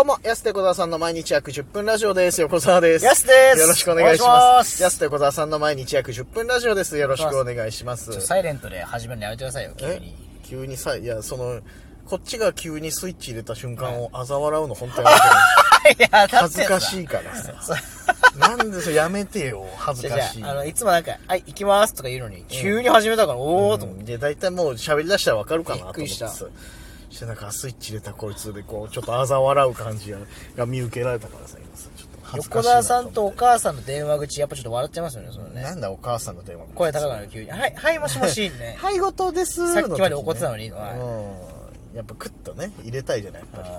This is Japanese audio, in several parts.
うも、安手小沢さんの毎日約10分ラジオです。横澤です。安ですよろしくお願いしま。お願いしますす安手小沢さんの毎日約10分ラジオです。よろしくお願いします。ちょサイレントで始めるのやめてくださいよ、急えに。 急にさ、いや、その、こっちが急にスイッチ入れた瞬間を嘲笑うの本当 にやめていや、だって恥ずかしいからさ。さ。なんでそれやめてよ、恥じずゃかあしい。じゃあ、あの、いつもなんか、はい、行きますとか言うのに、急に始めたから、おーと思って。うんで、大体もう喋り出したらわかるかなと思ってびっくりしたさしてなんかスイッチ入れたこいつでこう、ちょっと嘲笑う感じがが見受けられたからさ、今さ、ちょっと恥ずか横しいな澤思ってさんとお母さんの電話口、やっぱちょっと笑っちゃいますよね、そのね。なんだお母さんの電話声高くなる、急に。はい、はい、もしもし、 ね。はい、ごとです。さっきまで怒ってたのにうおいん。やっぱクッとね、入れたいじゃない、やっぱり。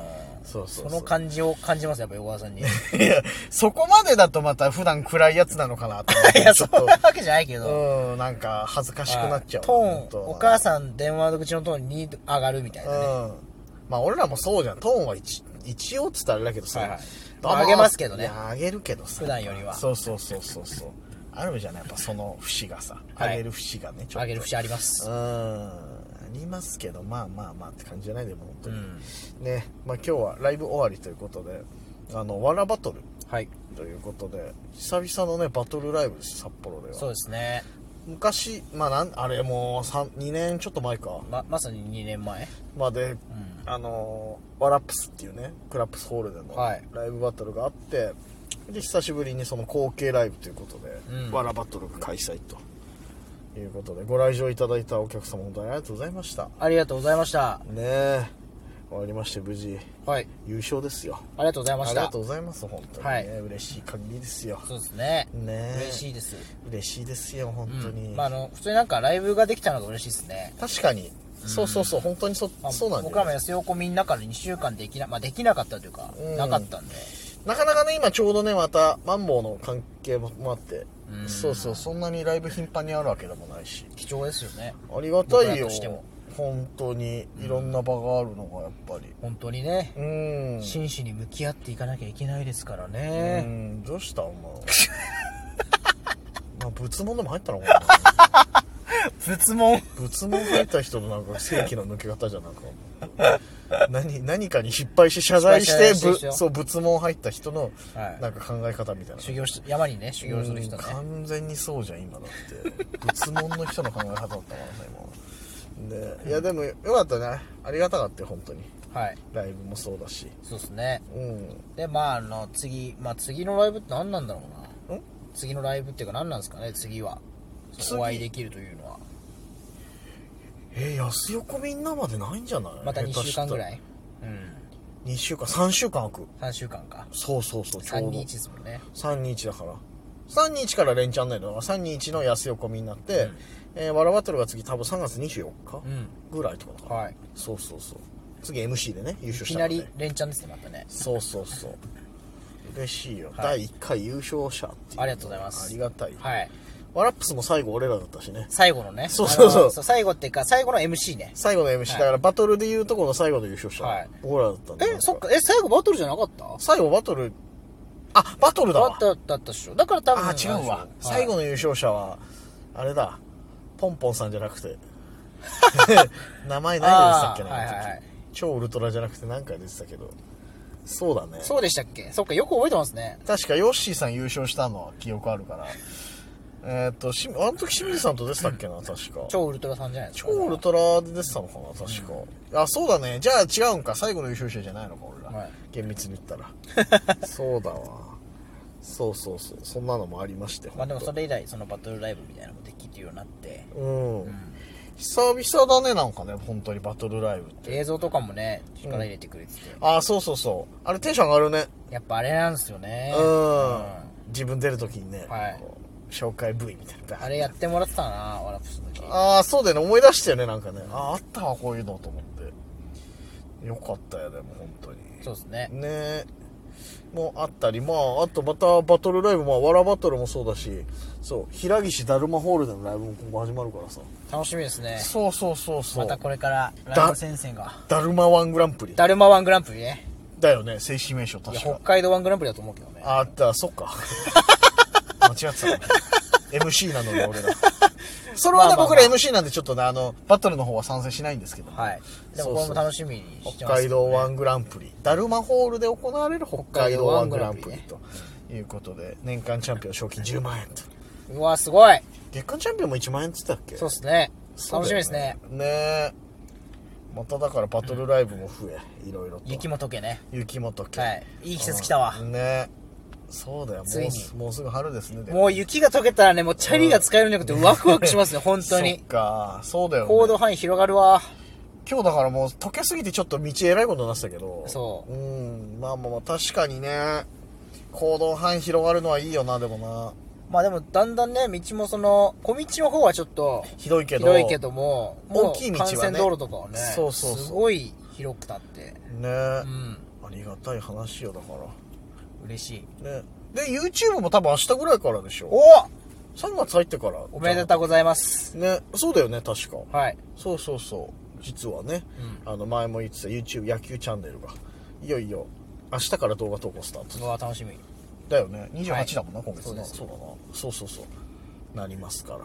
そうそうそうの感じを感じます、やっぱ横澤さんに。い いや、そこまでだとまた普段暗いやつなのかなと思って。や、ちそょんっなと。わけじゃないけど。うん、なんか恥ずかしくなっちゃう。トーン、お母ん。さん電話の口のトーンに上がるみたいなね。うん。まあ俺らもそうじゃん。トーンは一一応っつったらあれだけどさ。はいはいどうもまあ上げますけどねいや上げるけどさ。普段よりはそうそうそうそうそう。あるじゃないやっぱその節がさ。はい上げる節がね、ちょっと。上げる節ありますう。んありますけどまあまあまあって感じじゃないでも本当に、うんねまあ今日はライブ終わりということであのわらバトルはい。ということで久々のねバトルライブです札幌でそうはですね。昔まあなんあれもう2年ちょっと前かま、まさに2年前。までうん。あのワラップスっていうねクラップスホールでのはいライブバトルがあって、で久しぶりにその後継ライブということで、うんわらバトルが開催ということでご来場いただいたお客様本当にありがとうございましたありがとうございました。ねえ終わりまして無事はい。優勝ですよありがとうございあましりた。がとうございます本当に、ねはい嬉しい限りですよそうですね。ねえ嬉しいです。嬉しいですよ本当に、うんまあ、あの、普通になんかライブができたのが嬉しいですね。確かにそうそうそう本当にそ,、まあそうなん僕らもだよ安横みんなから2週間できな、まあできなかったというか、うんなかったんで。なかなかね今ちょうどねまたマンボウの関係もあって、うんそうそうそんなにライブ頻繁にあるわけでもないし貴重ですよね。ありがた僕いらよとしても本当にいろんな場があるのがやっぱり本当にね、うん、真摯に向き合っていかなきゃいけないですからうね。んどうしたお前 まあ仏門でも入ったのかな質問仏門入った人のなんか正規の抜け方じゃなく何何かに失敗して謝罪して失敗してぶそう仏門入った人のはいなんか考え方みたいな、修行し、山にね、修行する人うんね。完全にそうじゃん今だって仏門の人の考え方だったからね今ねいやでもよかったねありがたかったよ本当にはい。ライブもそうだしそうですね。うんで、まあ、あの、次、まあ次のライブって何なんだろうな。ん次のライブっていうか何なんですかね、次は。次お会いできるというのは。えー、安横みんなまでないんじゃないまた2週間ぐらいい。うん。 2週間3週間空く3週間か。そうそうそうちょうど3、2、1ですもんね。 321だから321から連チャンないの321の安横みになって、うんえーわらバトルが次多分3月24日うん。ぐらいとかだから、はい。そうそうそう次 MC でね優い勝しきたなから、ね、り連チャンですね、またね。そうそうそう嬉しいよ、はい第1回優勝者っていうありがとうございますありがたいよ、はい。ワラップスも最後俺らだったしね最後のね。そうそうそうあの最後っていうか、最後の MC ね。最後の MC、はいだからバトルでいうとこの最後の優勝者、はい僕らだったんだえ、そっか、え、最後バトルじゃなかった最後バトルあバトルだバわトルだったっしょ。だから多分。あ違うわ、はい最後の優勝者はあれだポンポンさんじゃなく て名前何でしたっけね、あーあの時はいはいはい超ウルトラじゃなくて何回出てたけどそうだねそうでしたっけそっか、よく覚えてますね。確かヨッシーさん優勝したのは記憶あるからえーっとしあの時清水さんと出てたっけな確か超ウルトラさんじゃないです超か。ウルトラで出てたのかな確か、あそうだねじゃあ違うんか最後の優勝者じゃないのか俺ら、はい厳密に言った らそうだわそうそうそうそんなのもありましてまあでもほそんれ以来、そのバトルライブみたいなのもできるようになって。とうん、久々だねなんかね本当にバトルライブって映像とかもね、力入れてくれてて。あそうそうそうあれテンション上がるねやっぱあれなんですよね。うん、うん自分出る時にね、はいこう紹介 V みたいなあれやってもらってたな、ワラプスの時。ああそうだよね思い出したよねなんかねあああったわこういうのと思ってよかったよでも本当にそうですね。ねえもうあったりまああとまたバトルライブまあわらバトルもそうだしそう平岸だるまホールでのライブも今後始まるからさ楽しみですね。そうそうそうそまうたこれから、ライブ戦線が。だるまワングランプリだるまワングランプリね。だよね正式名称い確や、北か海道ワングランプリだと思うけどね。 ああったそっか間違ってた、ね、MC なのに俺ら それはね、まあまあまあ僕ら MC なんでちょっとね、あの、バトルの方は参戦しないんですけど、はい。でもこれも楽しみにして北ますけ海ど道ね、ワングランプリ、ダルマホールで行われる北海道ワングランプリということで、年間チャンピオン賞金10万円と。うわ、すごい。月間チャンピオンも1万円っつったっけそうっすね。そう楽だしみよですね。ねえまただからバトルライブも増え、いろいろと雪も溶けね。雪もとけはいいい季節来たわうんねえそうだよもうついにすもうすぐ春ですねでもう雪が溶けたらね、もうチャリが使えるんじゃなくてワクワクしますね、本当そにっ。かそうだよ、ね、行動範囲広がるわ。今日だからもう溶けすぎてちょっと道えらいことになってたけどそううんまあまあまあ確かにね行動範囲広がるのはいいよなでもなまあでも、だんだんね、道もその、小道の方はちょっと、ひどいけど広いけども、もう大きい道はね幹線道路とかはね、そうそうそうすごい広くなって、ねえ、うん、ありがたい話よだから嬉しい。ねで YouTube も多分明日ぐらいからでしょお3月入ってからおめでとうございます。ねそうだよね確かはい。そうそうそう実はね、あの前も言ってた YouTube 野球チャンネルがいよいよ明日から動画投稿スターうトわ、楽しみ。だよねはい28だもんな、今月そうなですそうだなそうそうそうなりますから、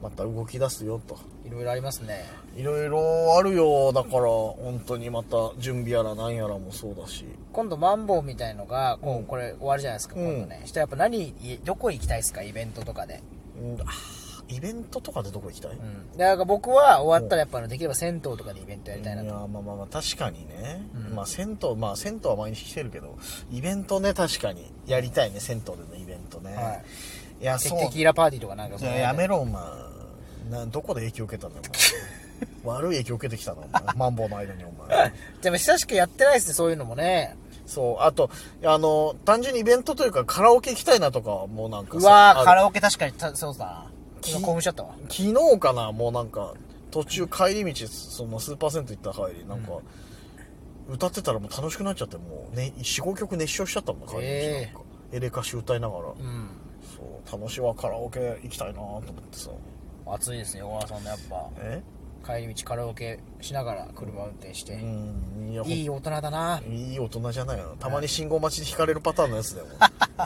また動き出すよといろいろありますね。いろいろあるよだから本当にまた準備やらなんやらもそうだし今度、マンボウみたいのが、こう、うんこれ終わるじゃないですか、うん今度ね。したらやっぱ何、いどこ行きたいですか、イベントとかで。うんあーイベントとかでどこ行きたい、うん。だから僕は終わったらやっぱあの、できれば銭湯とかでイベントやりたいなと。やまあまあまあ確かにね、うんまあ銭湯まあ銭湯は毎日来てるけどイベントね確かにやりたいね銭湯でのイベントね、、はいやテそうキーラパーティーとかなんかいややめろお前などこで影響受けたんだよ お前悪い影響受けてきたなお前マンボウの間にお前でも久しくやってないですね、そういうのもね。そうあとあの単純にイベントというかカラオケ行きたいなとかもうなんかうわあーるカラオケ確かにたそうだなき今興奮しちゃったわ昨日かなもうなんか途中帰り道そのスーパーセント行った帰りなんか、歌ってたらもう楽しくなっちゃってもう、ね、45曲熱唱しちゃったもん帰り道えなんか、エレカシ歌いながら、うんそう楽しいわカラオケ行きたいなと思ってさ暑いですね小川さんのやっえぱ帰り道カラオケしながら車運転して、うんいやほんいい大人だないい大人じゃないよなたまに信号待ちで引かれるパターンのやつだよ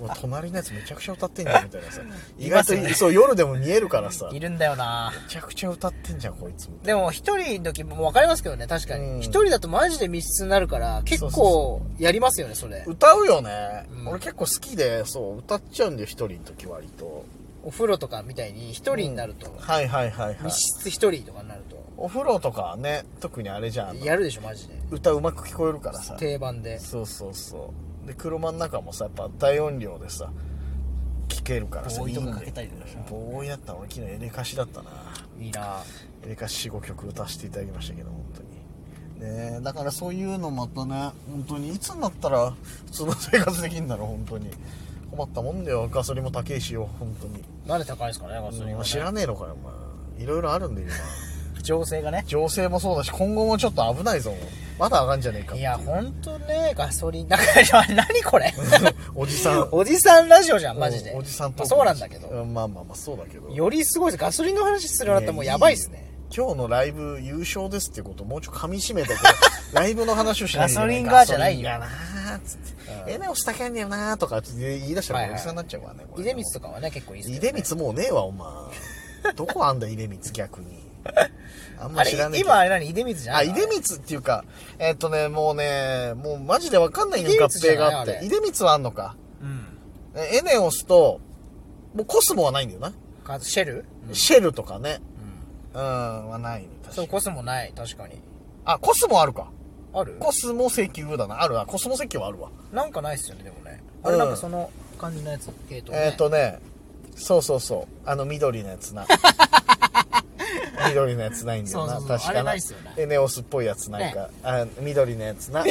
も うもう隣のやつめちゃくちゃ歌ってんじゃんみたいなさ意外といいますよねそう夜でも見えるからさいめるんだよなちゃくちゃ歌ってんじゃんこいつみたいでも一人の時も分かりますけどね確かうんに一、人だとマジで密室になるから結そう構そやりますよねそれな歌うよね、うん俺結構好きでそう歌っちゃうんだよ一人の時割とお風呂とかみたいに一人になると、はいはいはいはい密室一人とかになるとお風呂とかね特にあれじゃんやるでしょマジで歌うまく聞こえるからさ定番でそうそうそうで車の中もさやっぱ大音量でさ聞けるからさボーイとかいいんだよかけたりとかさボーイだったの俺昨日エレカシだったないいなエレカシ45曲歌わせていただきましたけど本当にねえだからそういうのまたね本当にいつになったら普通の生活できるんだろう本当に困ったもんだよガソリンも高いしよ本当になんで高いですかねガソリンはね知らねえのかよお前いろいろあるんだよ今情勢がね情勢もそうだし今後もちょっと危ないぞまだ上がんじゃねえかいやほんとねガソリンなんか何これおじさんおじさんラジオじゃん、マジで。おじさんまとあそうなんだけど。まあまあまあそうだけどよりすごいです。ガソリンの話するようになったらもうやばいっすね。今日のライブ優勝ですってことをもうちょっと噛み締めたけど ライブの話をしないといけないガソリンがじゃないよガソリンがなーっつって、えなおしたけんねよなーとかって言い出したはらいはいおじさんになっちゃうからねこ出れ光とかはね、結構いいっす出けどね。光もうねえわお前どこあんだ出光逆 にあんあま知らねれ、えけ今どあれ何出光じゃん。あ、出光っていうか、えっ、とね、もうね、もうマジでわかんないよ、合出光じゃ併ないがあっあて。れ出光はあんのか。うん。えエネオスと、もうコスモはないんだよな。かシェルシェルとかね。うん。うん、はないね。確かそう、コスモない、確かに。あ、コスモあるか。あるコスモ石油だな。あるわ。コスモ石油はあるわ。なんかないっすよね、でもね。うんあれなんかその感じのやつ、系統ね。えっ、ー、とね、そうそうそう。あの緑のやつ な。緑のやつないんだよな。そうそうそう確かあれないっすよねエネオスっぽいやつないか。あ緑のやつな。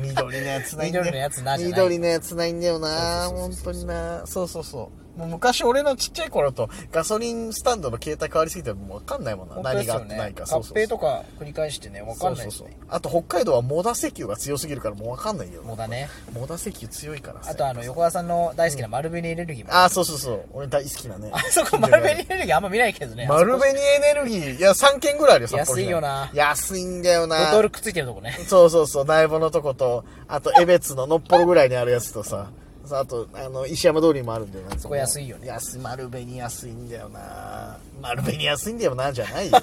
緑のやつないんだよ。緑のやつなじゃない緑のやつないんだよな。そうそう本そ当にな。そうそうそう。もう昔俺のちっちゃい頃とガソリンスタンドの携帯変わりすぎてもうわかんないもんな。本当で何すがあよっねてないか。合そうそうそう併とか繰り返してね、わかんないっすそうそうねそう。あと北海道はモダ石油が強すぎるからもうわかんないよもうだね。モダ石油強いからさあとあの、横田さんの大好きな丸紅エネルギーも。あーそうそうそう俺大好きなねあそこ丸紅エネルギーあんま見ないけどね。 丸紅エネルギーいや3軒ぐらいあるよ札幌安いよな市内安いんだよなボトルくっついてるとこね。そうそうそう苗場のとことあと江別ののっぽろぐらいにあるやつとささああとあの石山通りもあるんだよなそこ安いよね安い丸紅安いんだよな丸紅安いんだよなじゃないよ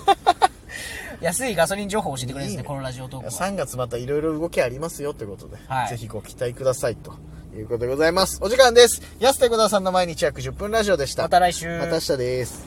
安いガソリン情報教えてくれるんですいいねねこのラジオトークは3月またいろいろ動きありますよということで、はいぜひご期待くださいということでございますお時間です安手小田さんの毎日約10分ラジオでしたまた来週また明日です